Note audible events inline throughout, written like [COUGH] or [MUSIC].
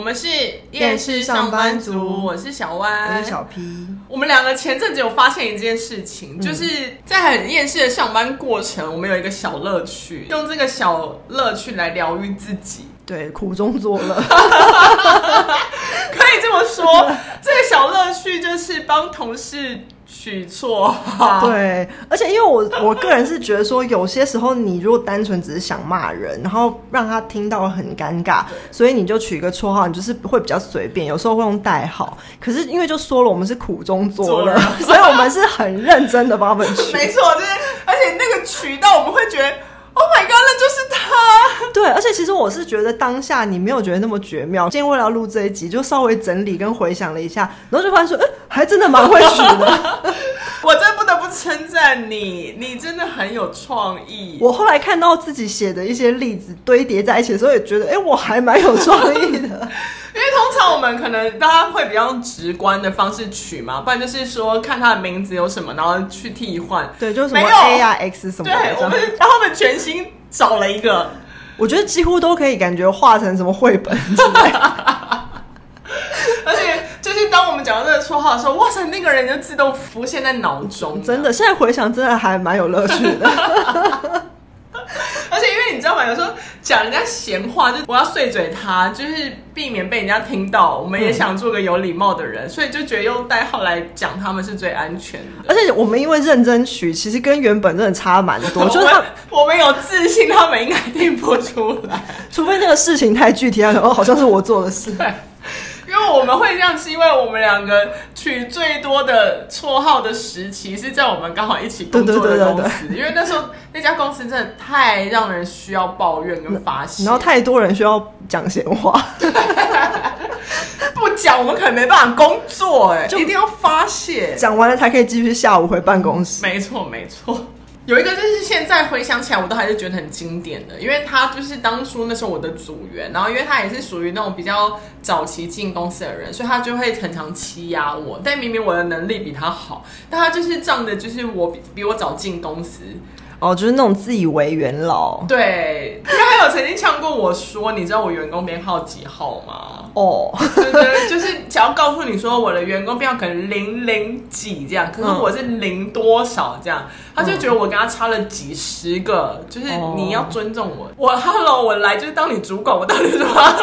们是厌世上班族我是小歪，我是小嗯 P，我们两个前阵子有发现一件事情，就是在很厌世的上班过程，我们有一个小乐嗯趣，用这个小乐趣来疗愈自己， [LAUGHS] 对，苦中作乐，可以这么 [LAUGHS] 说。这个小乐趣就是帮同事取绰啊号， [LAUGHS] 对，而且因为我我个人是觉得说，有些时候你如果单纯只是想骂人，然后让他听到很尴尬，所以你就取一个绰号，你就是会比较随便，有时候会用代号。可是因为就说了，我们是苦中作乐作，乐所以我们是很认真的帮他们取。没错，就是而且那个渠道我们会觉得，Oh my god，那就是他。对，而且其实我是觉得当下你没有觉得那么绝妙。今天为了要录这一集，就稍微整理跟回想了一下，然后就发现说，哎、还真的蛮会取的。我真不得不称赞你，你真的很有创意。我后来看到自己写的一些例子堆叠在一起的时候，也觉得，哎、我还蛮有创 [LAUGHS] 意的。因为通常我们可能大家会比较用直观的方式取嘛，不然就是说看他的名字有什么，然后去替换。对，就是什么没有 A 啊 X 什么对的这我样。们，然后我们全新找了一个，我觉得几乎都可以感觉画成什么绘 [LAUGHS] 本之类的。而且就是当我们讲到这个绰号的时候，哇塞，那个人就自动浮现在脑中，哦真的，现在回想真的还蛮有乐趣 [LAUGHS] 的。而且因为你知道吗？有时候讲人家闲话，就是我要碎嘴他，就是避免被人家听到。我们也想做个有礼貌的嗯人，所以就觉得用代号来讲他们是最安全的。而且我们因为认真取，其实跟原本真的差蛮多。就是我他们， [LAUGHS] 我们有自信，他们应该听不出来。除非那个事情太具体，然后哦好像是我做的事。对，因为我们会这样，是因为我们两个取最多的绰号的时期是在我们刚好一起工作对对的对对公司，因为那时候那家公司真的太让人需要抱怨跟发泄，然后太多人需要讲闲话，不讲我们可能没办法工作、哎，就一定要发泄。讲完了才可以继续下午回办公室。没错，没错。有一个就是现在回想起来，我都还是觉得很经典的，因为他就是当初那时候我的组员，然后因为他也是属于那种比较早期进公司的人，所以他就会常常欺压我。但明明我的能力比他好，但他就是仗着就是我比比我早进公司，哦，就是那种自以为元老对，因为他有曾经呛过我说，你知道我员工编号几号吗？哦， [LAUGHS] 对对，就是想要告诉你说我的员工编号可能零零几这样，可是我是零多少这样，他就觉得我跟他差了几十个，就是你要尊重我，我 hello 我来就是当你主管，我当你什么？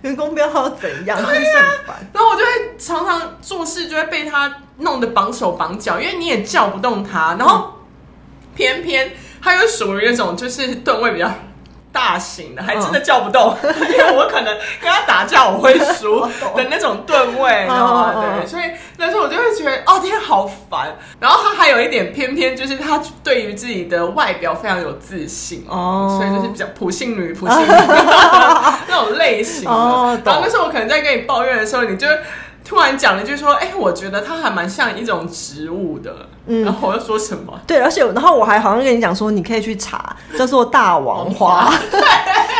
员工编号怎样，啊真是很烦。然后我就会常常做事就会被他弄得绑手绑脚，因为你也叫不动他，然后偏偏他又属于那种就是吨位比较。大型的还真嗯的叫不动， [LAUGHS] 因为我可能跟他打架我会 [LAUGHS] 输的那种吨位，你知道吗？哦嗯嗯嗯对，所以那时候我就会觉得，哦天，好烦。然后他还有一点偏偏就是他对于自己的外表非常有自信哦所以就是比较普信女、普信女 [LAUGHS] 那种类型的。哦懂然后那时候我可能在跟你抱怨的时候，你就突然讲了一句说：“哎、我觉得它还蛮像一种植物的。”嗯然后我又说什么？对，而且然后我还好像跟你讲说，你可以去查，叫做大王花。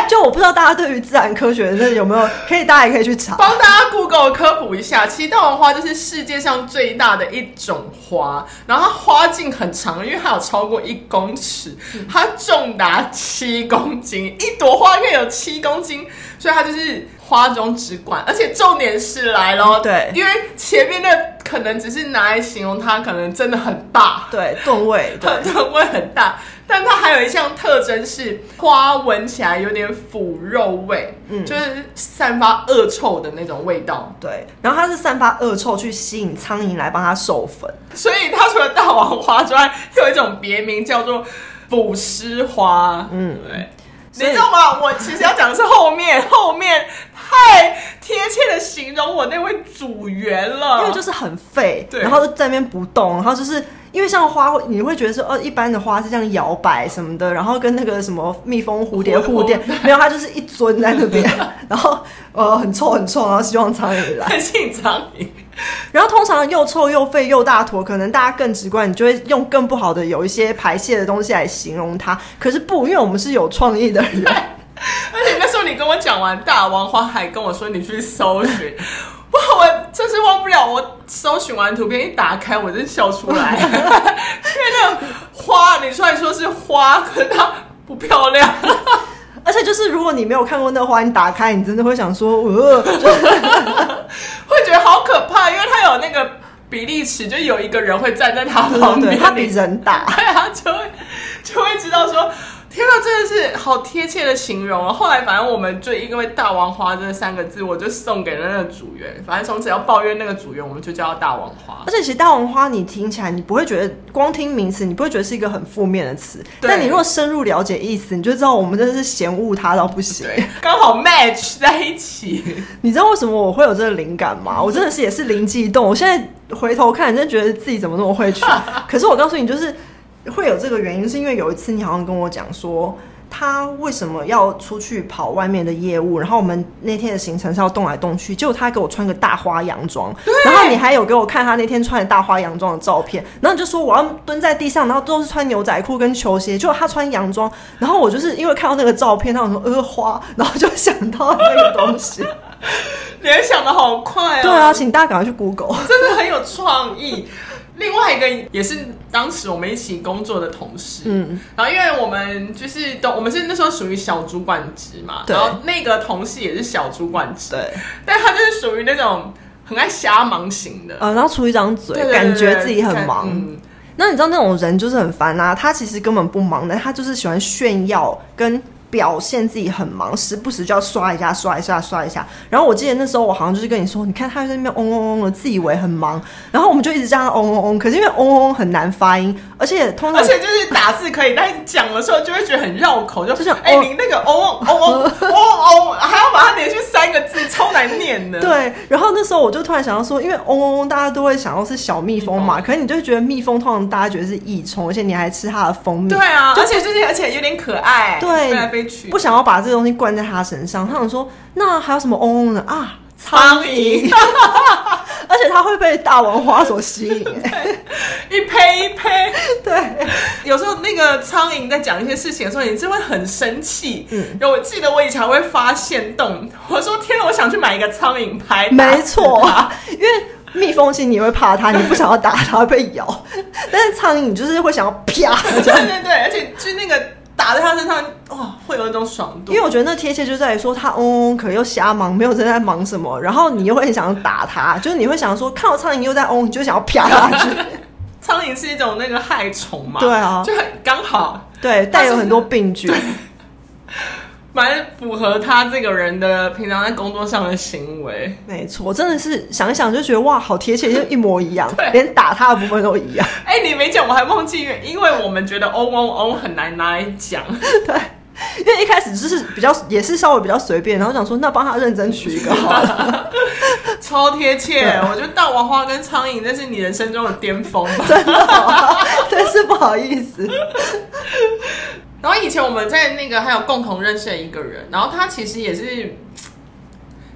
就我不知道大家对于自然科学那有没有，可以大家也可以去查。 [LAUGHS] [LAUGHS] 帮大家 Google 科普一下，其实大王花就是世界上最大的一种花，然后它花径很长，因为它有超过一公尺，嗯它重达七公斤，一朵花可以有七公斤，所以它就是花中之冠。而且重点是来咯，嗯对因为前面的可能只是拿来形容它，可能真的很大，对，吨位，对它，吨位很大，但它还有一项特征是花闻起来有点腐肉味，嗯，就是散发恶臭的那种味道。对。然后它是散发恶臭去吸引苍蝇来帮它授粉。所以它除了大王花之外，有一种别名叫做腐尸花。嗯，对。你所以知道吗？我其实要讲的是后面， [LAUGHS] 后面太贴切的形容我那位组员了，因为就是很废，嗯对然后就在那边不动，然后就是因为像花，你会觉得说，哦，一般的花是这样摇摆什么的，然后跟那个什么蜜蜂、蝴蝶蝴互电，没有，它就是一尊在那边，然后呃很臭很臭，然后希望苍蝇 [LAUGHS] 来。很性苍蝇。然后通常又臭又废又大坨，可能大家更直观，你就会用更不好的有一些排泄的东西来形容它。可是不，因为我们是有创意的人，而且 [LAUGHS] 那时候你跟我讲完大王花，还跟我说你去搜寻，哇，我真是忘不了。我搜寻完图片一打开，我真笑出 [LAUGHS] 来，因为那个花，你虽然说是花，可是它不漂亮。 [LAUGHS] [LAUGHS] 而且就是如果你没有看过那花，你打开你真的会想说，呃，就是会觉得好可怕，因为它有那个比例尺，就有一个人会站在它对旁对对，边，它比人 [LAUGHS] 大。对啊，就会 [LAUGHS] 就会知道说，天哪，真的是好贴切的形容哦。后来反正我们就因为“大王花”这三个字，我就送给了那个组员。反正从此要抱怨那个组员，我们就叫他大王花而。且其实大红花，你听起来你不会觉得光听名词，你不会觉得是一个很负面的词。对但你如果深入了解意思，你就知道我们真的是嫌恶它到不行。对，刚好 match 在一起。你知道为什么我会有这个灵感吗？我真的是也是灵机一动，我现在回头看，真的觉得自己怎么那么会取。可是我告诉你，就是会有这个原因，是因为有一次你好像跟我讲说。他为什么要出去跑外面的业务？然后我们那天的行程是要动来动去，结果他给我穿个大花洋装，然后你还有给我看他那天穿的大花洋装的照片，然后你就说我要蹲在地上，然后都是穿牛仔裤跟球鞋，结果他穿洋装，然后我就是因为看到那个照片，然后我说呃花，然后就想到那个东西。联想的好快哦。对啊，请大家赶快去 Google。 [LAUGHS] 真的很有创意。另外一个也是当时我们一起工作的同事，嗯，然后因为我们就是都我们是那时候属于小主管职嘛，对然后那个同事也是小主管职，对，但他就是属于那种很爱瞎忙型的，呃，然后出一张嘴，对对对感觉对自己很感忙。嗯那你知道那种人就是很烦啊，他其实根本不忙的，他就是喜欢炫耀跟表现自己很忙，时不时就要刷一下、刷一下、刷一下。然后我记得那时候我好像就是跟你说，你看他在那边嗡嗡嗡的，自以为很忙，然后我们就一直叫他嗡嗡嗡，可是因为嗡嗡嗡很难发音，而且通常而且就是打字可以，但是讲的时候就会觉得很绕口，就就像哎、哦你那个哦哦哦 [LAUGHS] 哦哦，还要把它连续三个字，超难念的。对，然后那时候我就突然想到说，因为嗡嗡嗡，大家都会想到是小蜜蜂嘛，可是你就会觉得蜜蜂通常大家觉得是益虫，而且你还吃它的蜂蜜，对啊，而且就是而且有点可爱，对飞来飞去，不想要把这个东西灌在它身上。他想说，那还有什么嗡嗡的啊？苍蝇。而且它会被大王花所 [LAUGHS] 吸引、欸 [LAUGHS] 一呸一呸。对，有时候那个苍蝇在讲一些事情的时候，你是会很生气。嗯嗯，我记得我以前还会发现动，我说天哪，我想去买一个苍蝇拍。没错， [LAUGHS] 因为蜜蜂其实你会怕它，你不想要打它会被咬，但是苍蝇你就是会想要啪。打死它，对对对，而且就是那个打在它身上，哇，会有一种爽度因为。我觉得那贴切就在于说他嗡嗡，可又瞎忙，没有正在忙什么，然后你又会很想打他，就是你会想说看到苍蝇又在嗡，你就想要啪下去， [LAUGHS] 苍蝇是一种那个害虫嘛，对啊就很刚好，对，带有很多病菌，蛮符合他这个人的平常在工作上的行为。没错，真的是想一想就觉得哇，好贴切，就一模一样，对连打他的部分都一样，哎、你没讲，我还忘记，因为我们觉得嗡嗡嗡很难拿来讲，对。因为一开始就是比较也是稍微比较随便，然后想说那帮他认真取一个好了， [LAUGHS] 超贴切。我觉得大王花跟苍蝇，这是你人生中的巅峰吧。 [LAUGHS] 真的好啊，真是不好意思。然后以前我们在那个还有共同认识的一个人，然后他其实也是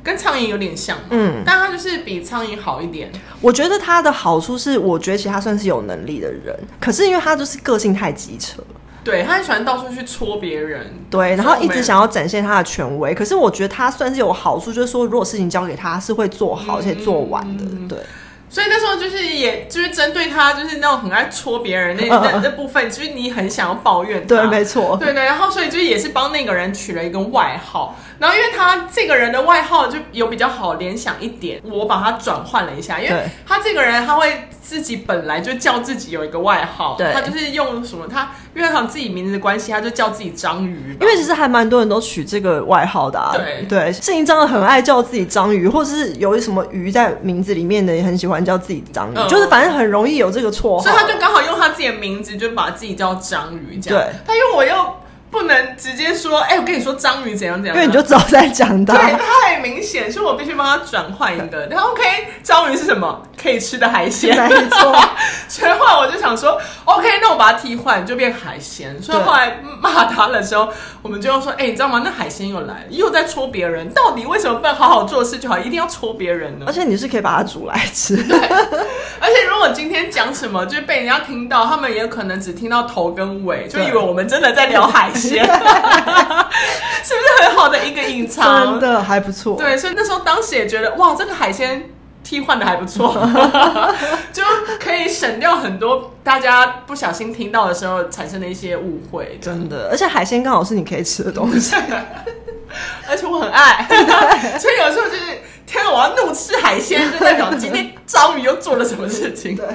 跟苍蝇有点像，嗯嗯，但他就是比苍蝇好一点，我觉得他的好处是，我觉得其实他算是有能力的人，可是因为他就是个性太机车，对他很喜欢到处去戳别人，对，然后一直想。想要展现他的权威。可是我觉得他算是有好处，就是说，如果事情交给他是会做好而且做完的。对，所以那时候就是也，就是针对他，就是那种很爱戳别人那那那部分，就是你很想要抱怨他。嗯对，没错，对对，然后所以就是也是帮那个人取了一个外号，然后因为他这个人的外号就有比较好联想一点，我把它转换了一下，因为对他这个人他会自己本来就叫自己有一个外号，对他就是用什么他因为他有自己名字的关系，他就叫自己章鱼吧，因为其实还蛮多人都取这个外号的、啊。对对，姓张的很爱叫自己章鱼，或者是有什么鱼在名字里面的也很喜欢叫自己章鱼，嗯就是反正很容易有这个绰号。所以他就刚好用他自己的名字，就把自己叫章鱼这样。对，但因为我又不能直接说，哎、我跟你说章鱼怎样怎样，因为你就早在讲他。 [LAUGHS] 对，太明显，所以我必须帮他转换一个。然后 OK，章鱼是什么？可以吃的海鲜，没错。 [LAUGHS] 所以后来我就想说，OK，那我把它替换，就变海鲜。所以对后来骂他的时候，我们就要说，哎、你知道吗？那海鲜又来了，又在戳别人。到底为什么不能好好做事就好，一定要戳别人呢而？且你是可以把它煮来吃， [LAUGHS] 而且如果今天讲什么，就被人家听到，他们也可能只听到头跟尾，就对以为我们真的在聊海 [LAUGHS] 鲜，是不是很好的一个隐藏？真的还不错。对，所以那时候当时也觉得哇，这个海鲜替换的还不 [LAUGHS] 错，就可以省掉很多大家不小心听到的时候产生的一些误会。真的，而且海鲜刚好是你可以吃 [LAUGHS] 的东西。而且我很爱， [LAUGHS] 所以有时候就是天啊，我要怒吃海鲜，就代表今天章鱼又做了什么事情。对，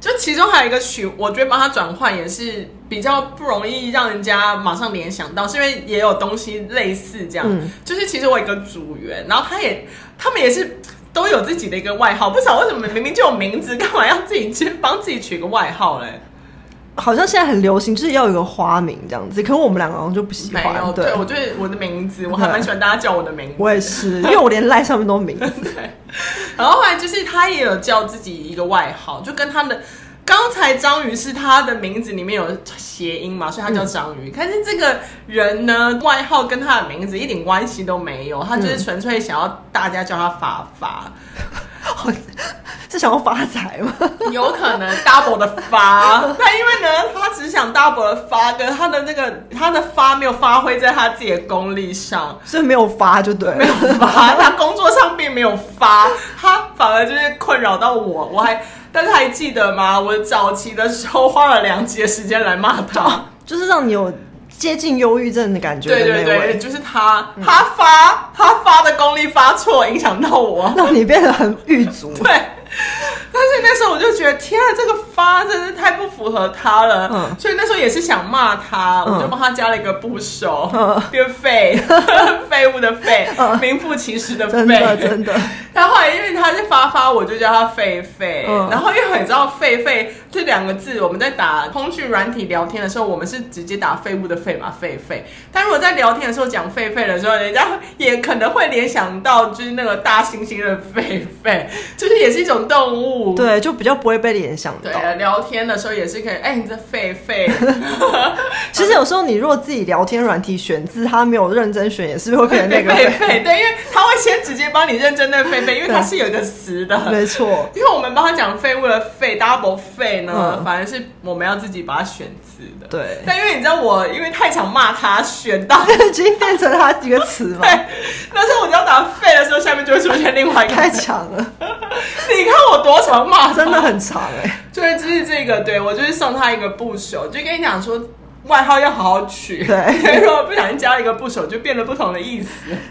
就其中还有一个曲，我觉得帮他转换也是比较不容易让人家马上联想到，是因为也有东西类似这样。嗯就是其实我有一个组员，然后他也他们也是都有自己的一个外号，不晓得为什么明明就有名字，干嘛要自己去帮自己取个外号嘞？好像现在很流行，就是要有个花名这样子。可是我们两个好像就不喜没有，欢。对我对我的名字，我还蛮喜欢大家叫我的名字。我也是，因为我连赖上面都有 [LAUGHS] 名字。然后后来就是他也有叫自己一个外号，就跟他的刚才章鱼是他的名字里面有谐音嘛，所以他叫章鱼。但是这个人呢，外号跟他的名字一点关系都没有，他就是纯粹想要大家叫他法法，是想要发财吗？有可能 double 的发。那因为呢，他只想 double 的发，跟他的那个他的发没有发挥在他自己的功力上，所以没有发就对没有了。发， [LAUGHS] 他工作上并没有发，他反而就是困扰到我。我还，但是还记得吗？我早期的时候花了两集的时间来骂他。就是让你有接近忧郁症的感觉的对对那对，位，就是他，嗯他发他发的功力发错，影响到我。 [LAUGHS] 让你变得很狱卒。对，但是那时候我就觉得，天啊，这个发真是太不符合他了。嗯所以那时候也是想骂他，嗯我就帮他加了一个部首，嗯变废， [LAUGHS] 废物的废，名副其实的废，真的真的，然后后来因为他是发发，我就叫他狒狒。嗯然后因为你知道“狒狒”这两个字，我们在打通讯软体聊天的时候，我们是直接打废物的废嘛，狒狒。但如果在聊天的时候讲狒狒的时候，人家也可能会联想到就是那个大猩猩的狒狒，就是也是一种动物。对，就比较不会被联想到。对，啊聊天的时候也是可以，哎、你这狒 [LAUGHS] 狒。其实有时候你如果自己聊天软体选字，他没有认真选，也是会变成那狒个狒， [LAUGHS] 对，因为他会先直接帮你认真的狒狒，因为它是有一个词的。没错，因为我们帮他讲废物的废 double 废呢，嗯反而是我们要自己把它选字的。对，但因为你知道我，因为太常骂他，选到对， [LAUGHS] 已经变成他一个词 [LAUGHS] 嘛，但是我只要打废的时候，下面就会出现另外一个。太强了，你看我多常骂他，真的很长哎、就是就是这个，对我就是送他一个部首，就跟你讲说。外号要好好取，对 [LAUGHS] 如果不小心加了一个部首，就变了不同的意思。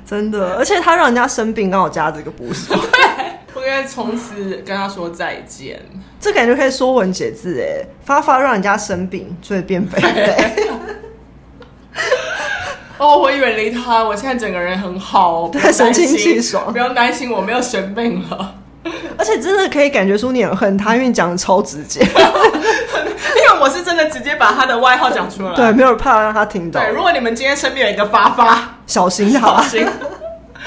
真的，而且他让人家生病，刚好加这个部首， [LAUGHS] 我应该从此跟他说再见。这感觉可以说文解字哎、发发让人家生病，所以变肥肥， [LAUGHS] 哦，我远离他，我现在整个人很好，不 [LAUGHS] 对用担神清气心爽不用担心，我没有生病了。 [LAUGHS] 而且真的可以感觉出你很恨他，因为你讲的超直接，因为我是真的直接把他的外号讲出来。对，没有怕让他听到对，，如果你们今天身边有一个发发，小心小他，心。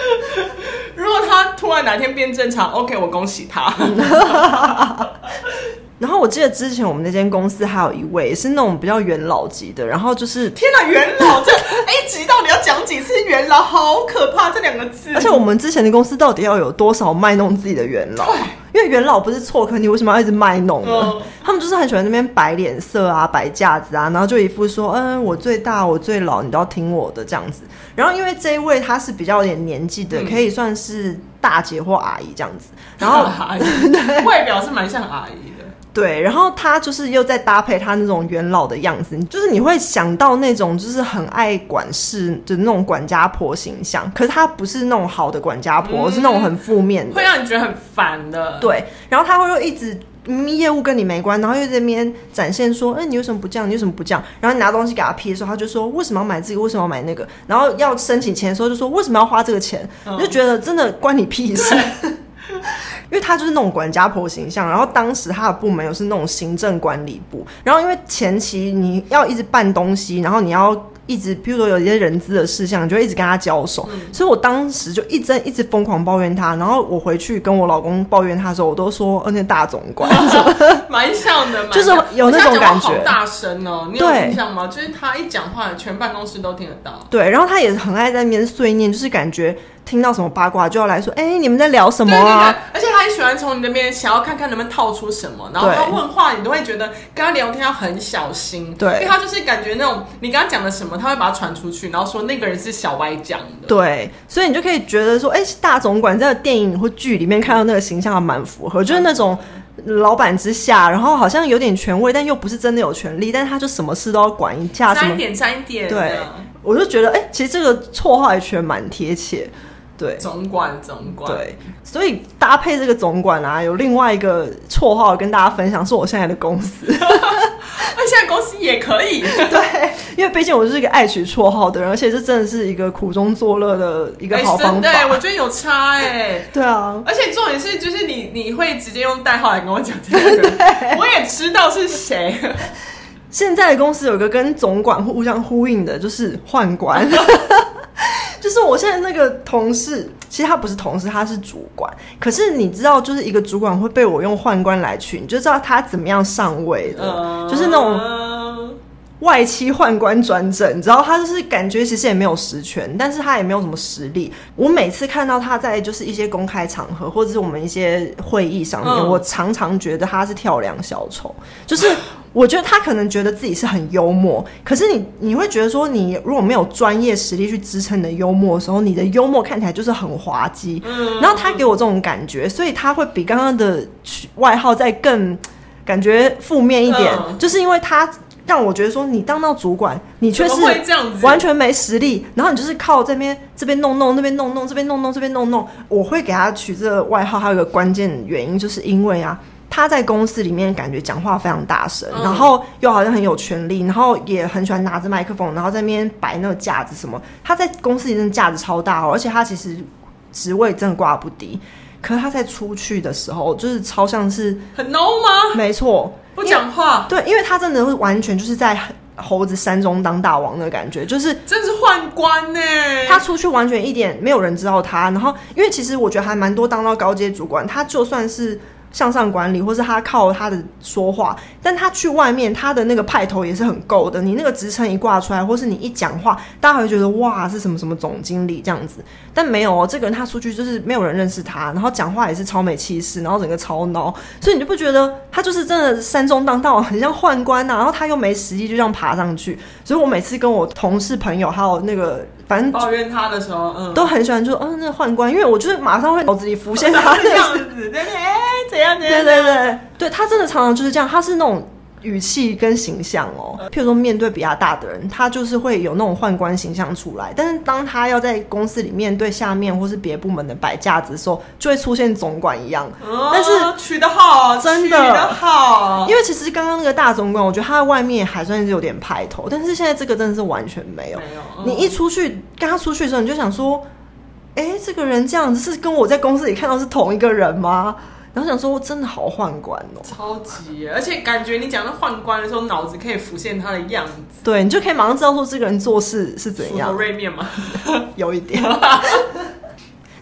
[LAUGHS] 如果他突然哪天变正常，OK，我恭喜他。 [LAUGHS] [LAUGHS] 然后我记得之前我们那间公司还有一位是那种比较元老级的，然后就是，天哪，元老这 A 集到底要讲几次元老？好可怕这两个字。而且我们之前的公司到底要有多少卖弄自己的元老？因为元老不是错，可你为什么要一直卖弄呢？嗯他们就是很喜欢那边摆脸色啊、摆架子啊，然后就一副说，嗯，我最大，我最老，你都要听我的这样子。然后因为这一位他是比较有点年纪的，嗯可以算是大姐或阿姨这样子，然后 [LAUGHS] 阿姨，外表是蛮像阿姨 [LAUGHS] 的。对，然后他就是又再搭配他那种元老的样子，就是你会想到那种就是很爱管事的那种管家婆形象，可是他不是那种好的管家婆，嗯是那种很负面 [LAUGHS] 会的。让你觉得很烦的，，对，然后他会又一直。嗯业务跟你没关，然后又在那边展现说，哎、你为什么不这样？你为什么不这样？然后你拿东西给他批的时候，他就说为什么要买这个？为什么要买那个？然后要申请钱的时候就说为什么要花这个钱？嗯你就觉得真的关你屁事。因为他就是那种管家婆形象，然后当时他的部门又是那种行政管理部，然后因为前期你要一直办东西，然后你要一直，譬如说有一些人资的事项，你就会一直跟他交手，所以我当时就一真一直疯狂抱怨他，然后我回去跟我老公抱怨他的时候，我都说，呃，那大总管， [LAUGHS] [LAUGHS] 蛮像的，蛮就是像有那种而且他讲话感觉好大声哦，你有对印象吗？就是他一讲话，全办公室都听得到。对，然后他也很爱在那边碎念，就是感觉听到什么八卦就要来说，哎、你们在聊什么对对啊？对，而且他很喜欢从你那边想要看看能不能套出什么，然后对他问话你都会觉得跟他聊天要很小心，对因为他就是感觉那种你跟他讲了什么，他会把它传出去，然后说那个人是小歪讲的，对，所以你就可以觉得说，哎、大总管在电影或剧里面看到那个形象还蛮符嗯合，就是那种老板之下，然后好像有点权威，但又不是真的有权利，但他就什么事都要管一下，啊什沾么一点沾一点，对，我就觉得，哎、其实这个绰号也觉得蛮贴切，对。总管总管，对，所以搭配这个总管啊，有另外一个绰号跟大家分享，是我现在的公司。 [LAUGHS] 那 [LAUGHS] 现在公司也可以， [LAUGHS] 对，因为毕竟我是一个爱取绰号的人，而且这真的是一个苦中作乐的一个哎好真方的法。哎，我觉得有差哎。对啊，而且重点是，就是你你会直接用代号来跟我讲这个 [LAUGHS] 人，我也知道是谁。现在的公司有一个跟总管互相呼应的，就是宦官。就是我现在那个同事，其实他不是同事，他是主管。可是你知道，就是一个主管会被我用宦官来取，你就知道他怎么样上位的，呃嗯就是那种种外戚宦官专政，你知道他就是感觉其实也没有实权，但是他也没有什么实力。我每次看到他在就是一些公开场合或者是我们一些会议上面，嗯我常常觉得他是跳梁小丑，就是。我觉得他可能觉得自己是很幽默，可是你你会觉得说，你如果没有专业实力去支撑你的幽默的时候，你的幽默看起来就是很滑稽。然后他给我这种感觉，所以他会比刚刚的取外号再更感觉负面一点，嗯就是因为他让我觉得说，你当到主管，你却怎是么会这样子完全没实力，然后你就是靠这边这边弄弄，那边弄弄，这边弄弄，这边弄弄。我会给他取这个外号，还有一个关键原因，就是因为啊。他在公司里面感觉讲话非常大声，嗯然后又好像很有权力，然后也很喜欢拿着麦克风，然后在那边摆那个架子什么。他在公司里真的架子超大哦，而且他其实职位真的挂不低。可是他在出去的时候，就是超像是很 no 吗？没错，不讲话，对，因为他真的是完全就是在猴子山中当大王的感觉，就是真是宦官呢、他出去完全一点没有人知道他。然后，因为其实我觉得还蛮多当到高阶主管，他就算是向上管理，或是他靠他的说话，但他去外面他的那个派头也是很够的。你那个职称一挂出来，或是你一讲话，大家会觉得哇是什么什么总经理这样子。但没有哦，这个人他出去就是没有人认识他，然后讲话也是超没气势，然后整个超孬，所以你就不觉得他就是真的山中当道，很像宦官啊呐、然后他又没实力，就这样爬上去。所以我每次跟我同事朋友还有那个反正抱怨他的时候，嗯，都很喜欢就嗯、那个宦官，因为我就是马上会脑子里浮现他这那样个，子，对不对？哎、怎样怎 [LAUGHS] 对样？对对，对他真的常常就是这样，他是那种。语气跟形象哦，譬如说面对比他大的人，他就是会有那种宦官形象出来。但是当他要在公司里面对下面或是别部门的摆架子的时候，就会出现总管一样。嗯但是取得好，真的取得好，因为其实刚刚那个大总管，我觉得他在外面还算是有点派头，但是现在这个真的是完全没有。没有嗯你一出去跟他出去的时候，你就想说，哎、这个人这样子是跟我在公司里看到是同一个人吗？然后想说，真的好宦官 [LAUGHS] 哦、超级，而且感觉你讲到宦官的时候，脑子可以浮现他的样子，对你就可以马上知道说这个人做事是怎斧头 [LAUGHS] 样，锐面嘛，有 [LAUGHS] 一点。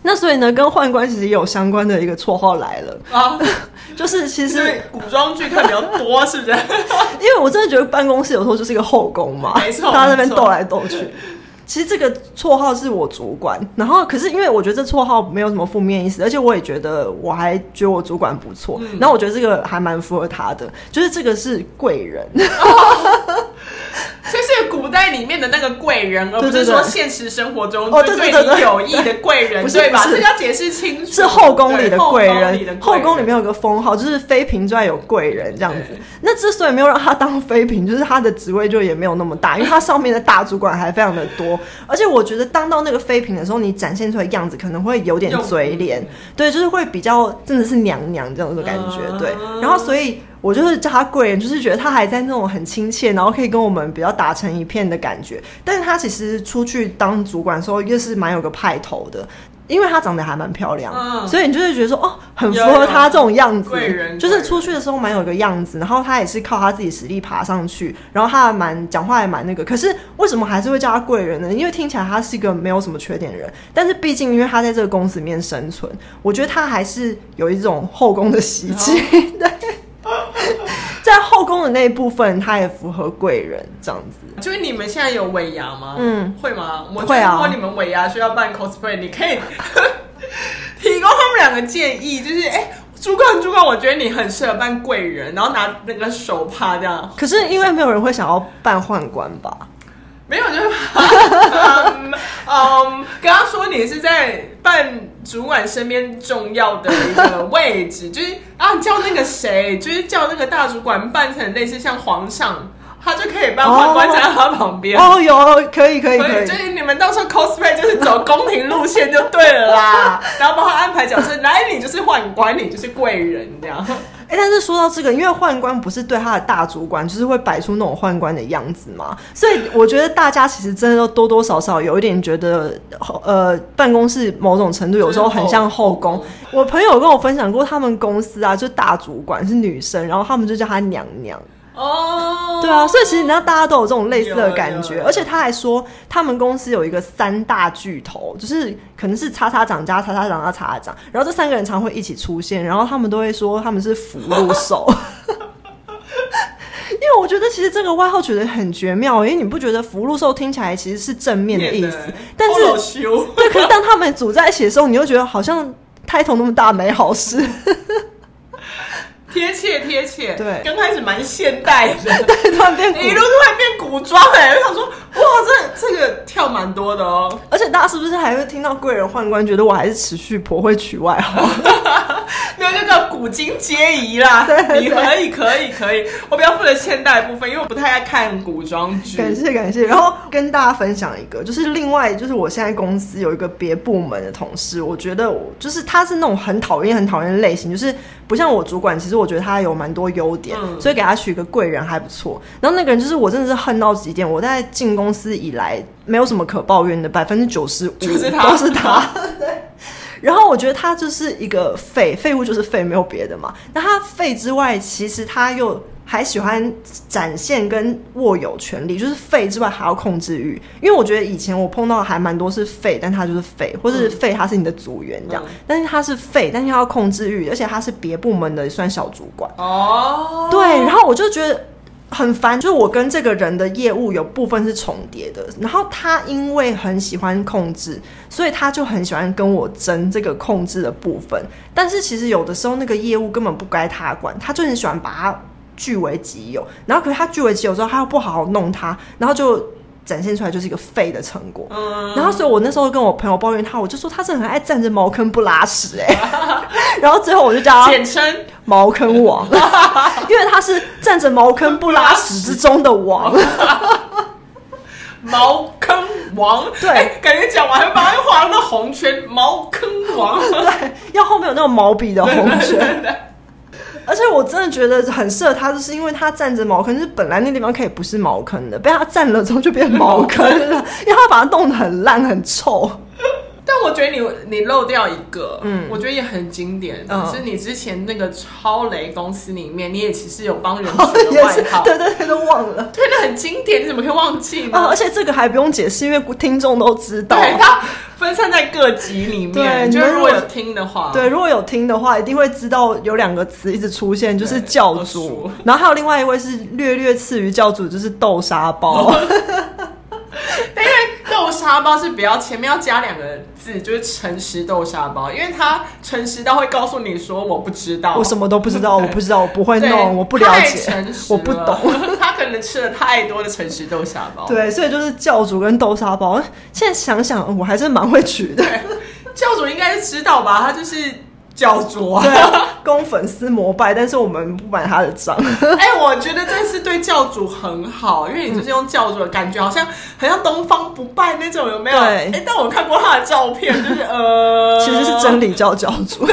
那所以呢，跟宦官其实也有相关的一个绰号来了，啊，就是其实就是古装剧看比较多，是不是？ [LAUGHS] 因为我真的觉得办公室有时候就是一个后宫嘛，没错 [LAUGHS] 大家在那边没错斗来斗去。其实这个绰号是我主管，然后可是因为我觉得这绰号没有什么负面意思，而且我也觉得我还觉得我主管不错，嗯然后我觉得这个还蛮符合他的，就是这个是贵人，就是古代里面的那个贵人，而不对对是对说现实生活中哦就对对对你对有益的贵人，不是对吧？不这个是要解释清楚。是后宫里对的贵里的人，贵后宫里面有个封号，就是妃嫔之外有贵人这样子对。那之所以没有让他当妃嫔，就是他的职位就也没有那么大，因为他上面的大主管还非常的多。而且我觉得当到那个妃嫔的时候，你展现出来的样子可能会有点嘴嗯脸，对，就是会比较真的是娘娘这样的感觉，对。啊然后所以。我就是叫他贵人，就是觉得他还在那种很亲切，然后可以跟我们比较打成一片的感觉。但是他其实出去当主管的时候，又是蛮有个派头的，因为她长得还蛮漂亮，嗯所以你就会觉得说，哦，很符有合有她这种样子，贵人就是出去的时候蛮有个样子，然后她也是靠她自己实力爬上去，然后她还蛮讲话也蛮那个，可是为什么还是会叫她贵人呢？因为听起来她是一个没有什么缺点的人，但是毕竟因为她在这个公司里面生存，我觉得她还是有一种后宫的习气，对，哦在后宫的那一部分，她也符合贵人这样子。就是你们现在有尾牙吗？嗯，会吗？我觉得会啊如果你们尾牙需要办 cosplay，你可以 [LAUGHS] 提供他们两个建议，就是哎。主管，主管，我觉得你很适合扮贵人，然后拿那个手帕这样，可是因为没有人会想要扮宦官吧？没有就是 [LAUGHS] 把，嗯嗯，跟他说你是在扮主管身边重要的一个位置，就是啊叫那个谁，就是叫那个大主管扮成类似像皇上，他就可以扮宦官哦站在他旁边。哦，有可以可以所可以以就，是你们到时候 cosplay 就是走宫廷路线就对了 [LAUGHS] 啦，然后帮他安排角色，来你就是宦官，你就是贵人这样。哎、但是说到这个，因为宦官不是对他的大主管，就是会摆出那种宦官的样子嘛，所以我觉得大家其实真的都多多少少有一点觉得，呃，办公室某种程度有时候很像后宫。我朋友跟我分享过，他们公司啊，就大主管是女生，然后他们就叫她娘娘。哦，对啊，所以其实你知道大家都有这种类似的感有觉，有而且他还说他们公司有一个三大巨头，就是可能是叉叉长加叉叉长加叉叉长，然后这三个人常会一起出现，然后他们都会说他们是福禄寿。因为我觉得其实这个外号取得很绝妙，因为你不觉得福禄寿听起来其实是正面的意思，但是修对，可是当他们组在一起的时候，你又觉得好像 title 那么大没好事。贴切贴切，对刚开始蛮现代的， [LAUGHS] 对，突然变古一路突然变古装哎、我想说，哇，这这个跳蛮多的 [LAUGHS] 哦。而且大家是不是还会听到贵人宦官觉得我还是持续颇会取外号？没有那个古今皆宜啦， [LAUGHS] 对你可以可以可以，我比较负责现代部分，因为我不太爱看古装剧。感谢感谢。然后跟大家分享一个，就是另外就是我现在公司有一个别部门的同事，我觉得我就是他是那种很讨厌很讨厌的类型，就是不像我主管，其实我觉得他有蛮多优点，嗯所以给他取一个贵人还不错。然后那个人就是我真的是恨到极点，我在进公司以来没有什么可抱怨的，百分之九十五就是他都是他。然后我觉得他就是一个废废物，就是废，没有别的嘛。那他废之外，其实他又还喜欢展现跟握有权利，就是废之外还要控制欲。因为我觉得以前我碰到的还蛮多是废，但他就是废，或是废他是你的组员这样，嗯但是他是废，但是他要控制欲，而且他是别部门的算小主管。哦，对，然后我就觉得很烦，就是我跟这个人的业务有部分是重叠的，然后他因为很喜欢控制，所以他就很喜欢跟我争这个控制的部分。但是其实有的时候那个业务根本不该他管，他就很喜欢把它据为己有，然后可是他据为己有之后，他又不好好弄他，然后就展现出来就是一个废的成果。嗯，然后，所以我那时候跟我朋友抱怨他，我就说他真的很爱占着茅坑不拉屎哎、 [LAUGHS] 然后最后我就叫 [LAUGHS] 他简称茅坑王，因为他是站着茅坑不拉屎之中的王。茅坑王，对哎感觉讲完还把它画那红圈，茅坑王， [LAUGHS] 对，要后面有那种毛笔的红 [LAUGHS] 圈。对而且我真的觉得很适合他，就是因为他站着茅坑，就是本来那地方可以不是茅坑的，被他占了之后就变茅坑了，因为他把它弄得很烂很臭。但我觉得你你漏掉一个，嗯嗯，我觉得也很经典，嗯是你之前那个超雷公司里面，你也其实有帮人取的哦也外是号，，对对对，都忘 [LAUGHS] 了。对，那很经典，你怎么可以忘记呢？啊，而且这个还不用解释，因为听众都知道。对，它分散在各集里对面，就是如果你们如有果听的话，对，，如果有听的话，一定会知道有两个词一直出现，就是对教二主叔，然后还有另外一位是略略次于教主，就是豆沙包。因为豆沙包是比较前面要加两个字，就是诚实豆沙包，因为它诚实到会告诉你说我不知道，我什么都不知道，我不知道，我不会对弄，我不了解太诚，实我不了懂。， [LAUGHS] 他可能吃了太多的诚实豆沙包，对，所以就是教主跟豆沙包。现在想想，嗯我还是蛮会取的。教主应该是知道吧？他就是教主啊。对 [LAUGHS] 啊，供粉丝膜拜，但是我们不买他的账。 [LAUGHS] 哎、我觉得这是对教主很好，因为你就是用教主的感觉，好像很像东方不败那种，有没有？对哎、但我看过他的照片，就是呃，其实是真理教教主，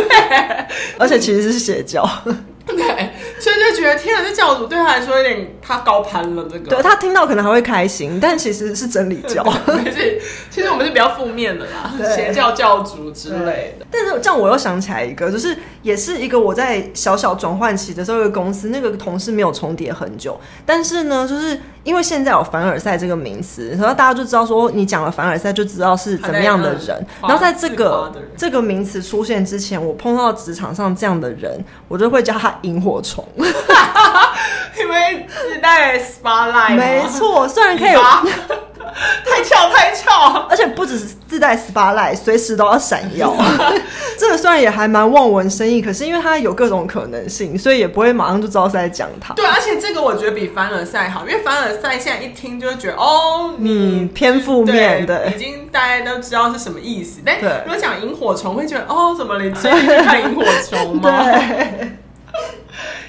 而且其实是邪教。 [LAUGHS] 对，啊所以就觉得天啊，这教主对他来说有点他高攀了这个。对他听到可能还会开心，但其实是真理 [LAUGHS] 教。对，是 [LAUGHS] 其实我们是比较负面的啦，对邪教教主之类的。 [LAUGHS] 但是这样我又想起来一个，就是也是一个我在小小转换期的时候，一个公司那个同事没有重叠很久，但是呢，就是因为现在有凡尔赛这个名词，然后大家就知道说你讲了凡尔赛就知道是怎么样的人。他在嗯然后在这夸个自夸的人这个名词出现之前，我碰到职场上这样的人，我就会叫他萤火虫。因为自带 SPA line， [LAUGHS] 没，错，虽然可以尾巴 [LAUGHS] 太翘太翘。而且不只是自带 SPA 随时都要闪耀。 [LAUGHS] 这个虽然也还蛮望文生义，可是因为它有各种可能性，所以也不会马上就知道是在讲它。对，而且这个我觉得比凡尔赛好，因为凡尔赛现在一听就会觉得哦，你、嗯偏负面对对已经大家都知道是什么意思。但对如果讲萤火虫，会觉得哦，怎么你最近去看萤火虫吗？对，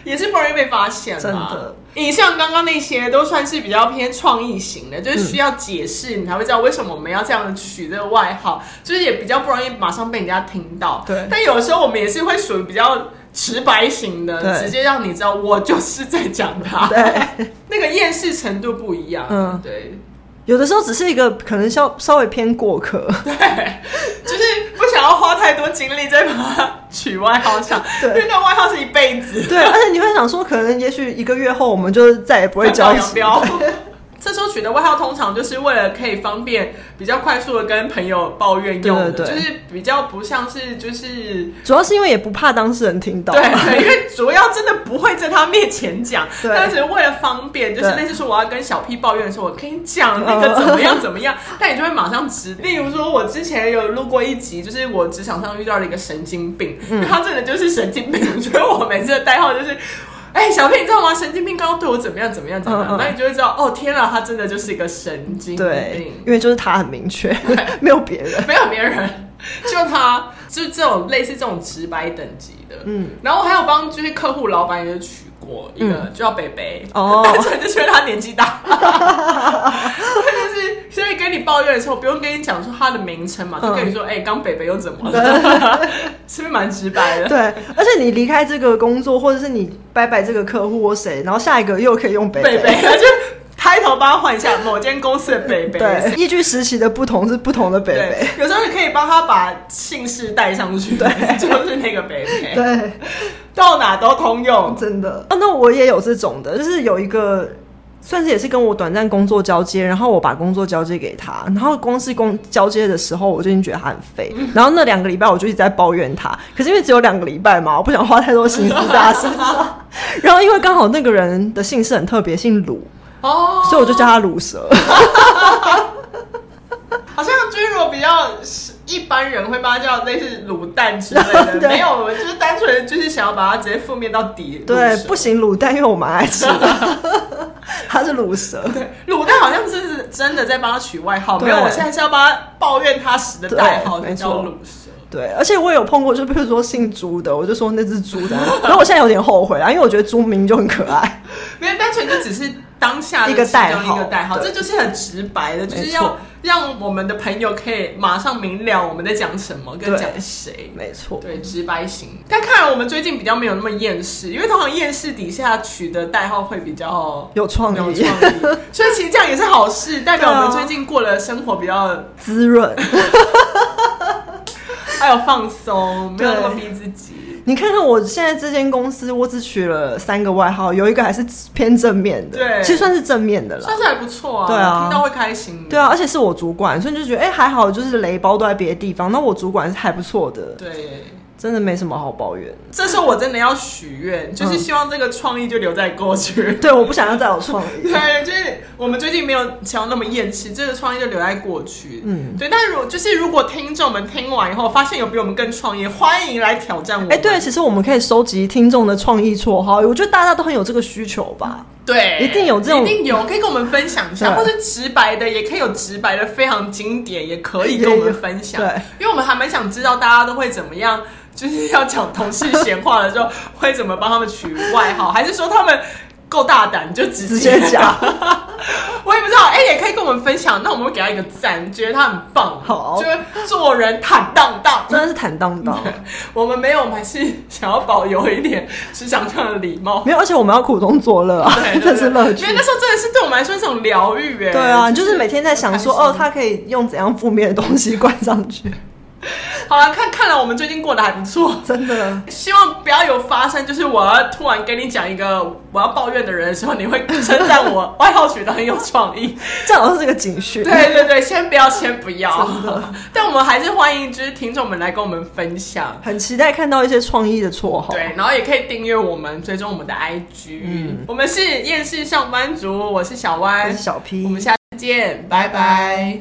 也是不容易被发现啦真的。你像刚刚那些都算是比较偏创意型的，嗯就是需要解释你才会知道为什么我们要这样取这个外号，就是也比较不容易马上被人家听到。对但有时候我们也是会属于比较直白型的，对直接让你知道我就是在讲他。对， [LAUGHS] 那个厌世程度不一样。嗯对。有的时候只是一个可能稍稍微偏 [LAUGHS] 过客。就是不想要花太多精力在把它取外号上，因对为那个外号是一辈子。对，而且你会想说，可能也许一个月后，我们就再也不会交 [LAUGHS] 集。标。这时候取的外号通常就是为了可以方便比较快速的跟朋友抱怨用的，对对对就是比较不像是就是。主要是因为也不怕当事人听到。对，对因为主要真的不会在他面前讲，对但只是为了方便，就是对类似说我要跟小 P 抱怨的时候，我跟你讲那个怎么样怎么 [LAUGHS] 样，但你就会马上知。例如说，我之前有录过一集，就是我职场上遇到了一个神经病，因嗯为他真的就是神经病，所以我每次的代号就是。哎、小 P，你知道吗？神经病刚刚对我怎么样怎么样怎么样，嗯嗯那、你就会知道，哦，天啊，他真的就是一个神经对病。因为就是他很明确， [LAUGHS] 没有别人。没有别人，就他，就是这种类似这种直白等级的。嗯嗯，然后还有帮就是客户老板也取过一个，就叫北北。哦单纯 [LAUGHS] 就是因为他年纪大，他就是所以跟你抱怨的时候，不用跟你讲说他的名称嘛，就嗯跟你说，哎、刚北北又怎么了？ [LAUGHS] 是不是蛮直白的？对，而且你离开这个工作，或者是你拜拜这个客户或谁，然后下一个又可以用北北北，他就开头帮他换一下某间公司的北北。对，依据时期的不同是不同的北对北。，有时候你可以帮他把姓氏带上去，对，就是那个北北， [LAUGHS] 对，到哪都通用。真的。啊，那我也有这种的，就是有一个。算是也是跟我短暂工作交接，然后我把工作交接给他，然后光是工交接的时候，我就已经觉得他很废。然后那两个礼拜我就一直在抱怨他，可是因为只有两个礼拜嘛，我不想花太多心思在他身上。然后因为刚好那个人的姓氏很特别，姓鲁，哦，所以我就叫他鲁蛇。好像就是如果比较一般人会把它叫类似卤蛋之类的， [LAUGHS] 对没有，我就是单纯就是想要把它直接负面到底。对卤，蛇不行卤蛋，因为我蛮爱吃的，它是卤蛇。对卤蛋好像真是真的在帮他取外号，对没有，我现在是要帮他抱怨他时的代号，对就叫没错卤蛇。对，而且我有碰过，就比如说姓朱的，我就说那只猪的。然后我现在有点后悔啊，因为我觉得猪名就很可爱。没有，单纯就只是当下的一个其中代号一个代号，这对就是很直白的，就是没错要让我们的朋友可以马上明了我们在讲什么跟对讲谁。没错，对，直白型。但看来我们最近比较没有那么厌世，因为通常厌世底下取的代号会比较有创有意，创意，所以其实这样也是好事，代表我们对最啊近过的生活比较滋润。还有哎放松，没有那么对逼自己。你看看我现在这间公司，我只取了三个外号，有一个还是偏正面的，对其实算是正面的啦算。是还不错啊，对啊听到会开心。对啊，而且是我主管，所以就觉得哎、还好，就是雷包都在别的地方。那我主管是还不错的，对，真的没什么好抱怨。这时候我真的要许愿，就是嗯希望这个创意就留在过去。对，我不想要再有创意。 [LAUGHS] 对，就是我们最近没有想要那么厌世，这个创意就留在过去。嗯，嗯对。但如就是如果听众们听完以后发现有比我们更创意，欢迎来挑战我们。哎、对，其实我们可以收集听众的创意绰号，我觉得大家都很有这个需求吧。对，一定有这种一定有，可以跟我们分享一下，对或是直白的，也可以有直白的，非常经典，也可以跟我们分享也有对，因为我们还蛮想知道大家都会怎么样。就是要讲同事闲话的时候，会怎么帮他们取外号，还是说他们够大胆就直直接讲？ [LAUGHS] 我也不知道，哎、也可以跟我们分享，那我们会给他一个赞，觉得他很棒，好就是做人坦荡荡。真的是坦荡荡，我们没有，我们还是想要保留一点职场上的礼貌。没有，而且我们要苦中作乐啊哎 [LAUGHS] 对，这是乐趣因。为那时候真的是对我们来说是一种疗愈哎。对啊，你就是每天在想说，哦，很开他可以用怎样负面的东西灌上 [LAUGHS] 去，心哦好了，看看来我们最近过得还不错。真的。 [LAUGHS] 希望不要有发生，就是我要突然跟你讲一个我要抱怨的人的时候，你会称赞我外号取得很有创 [LAUGHS] 意。这好像是个警讯。对对对，先不要，先不要真的。 [LAUGHS] 但我们还是欢迎，就是听众们来跟我们分享。很期待看到一些创意的绰号。对，然后也可以订阅我们，追踪我们的 IG。我们是厌世上班族，我是小嗯我歪是，小 P，我们下次见。见，拜拜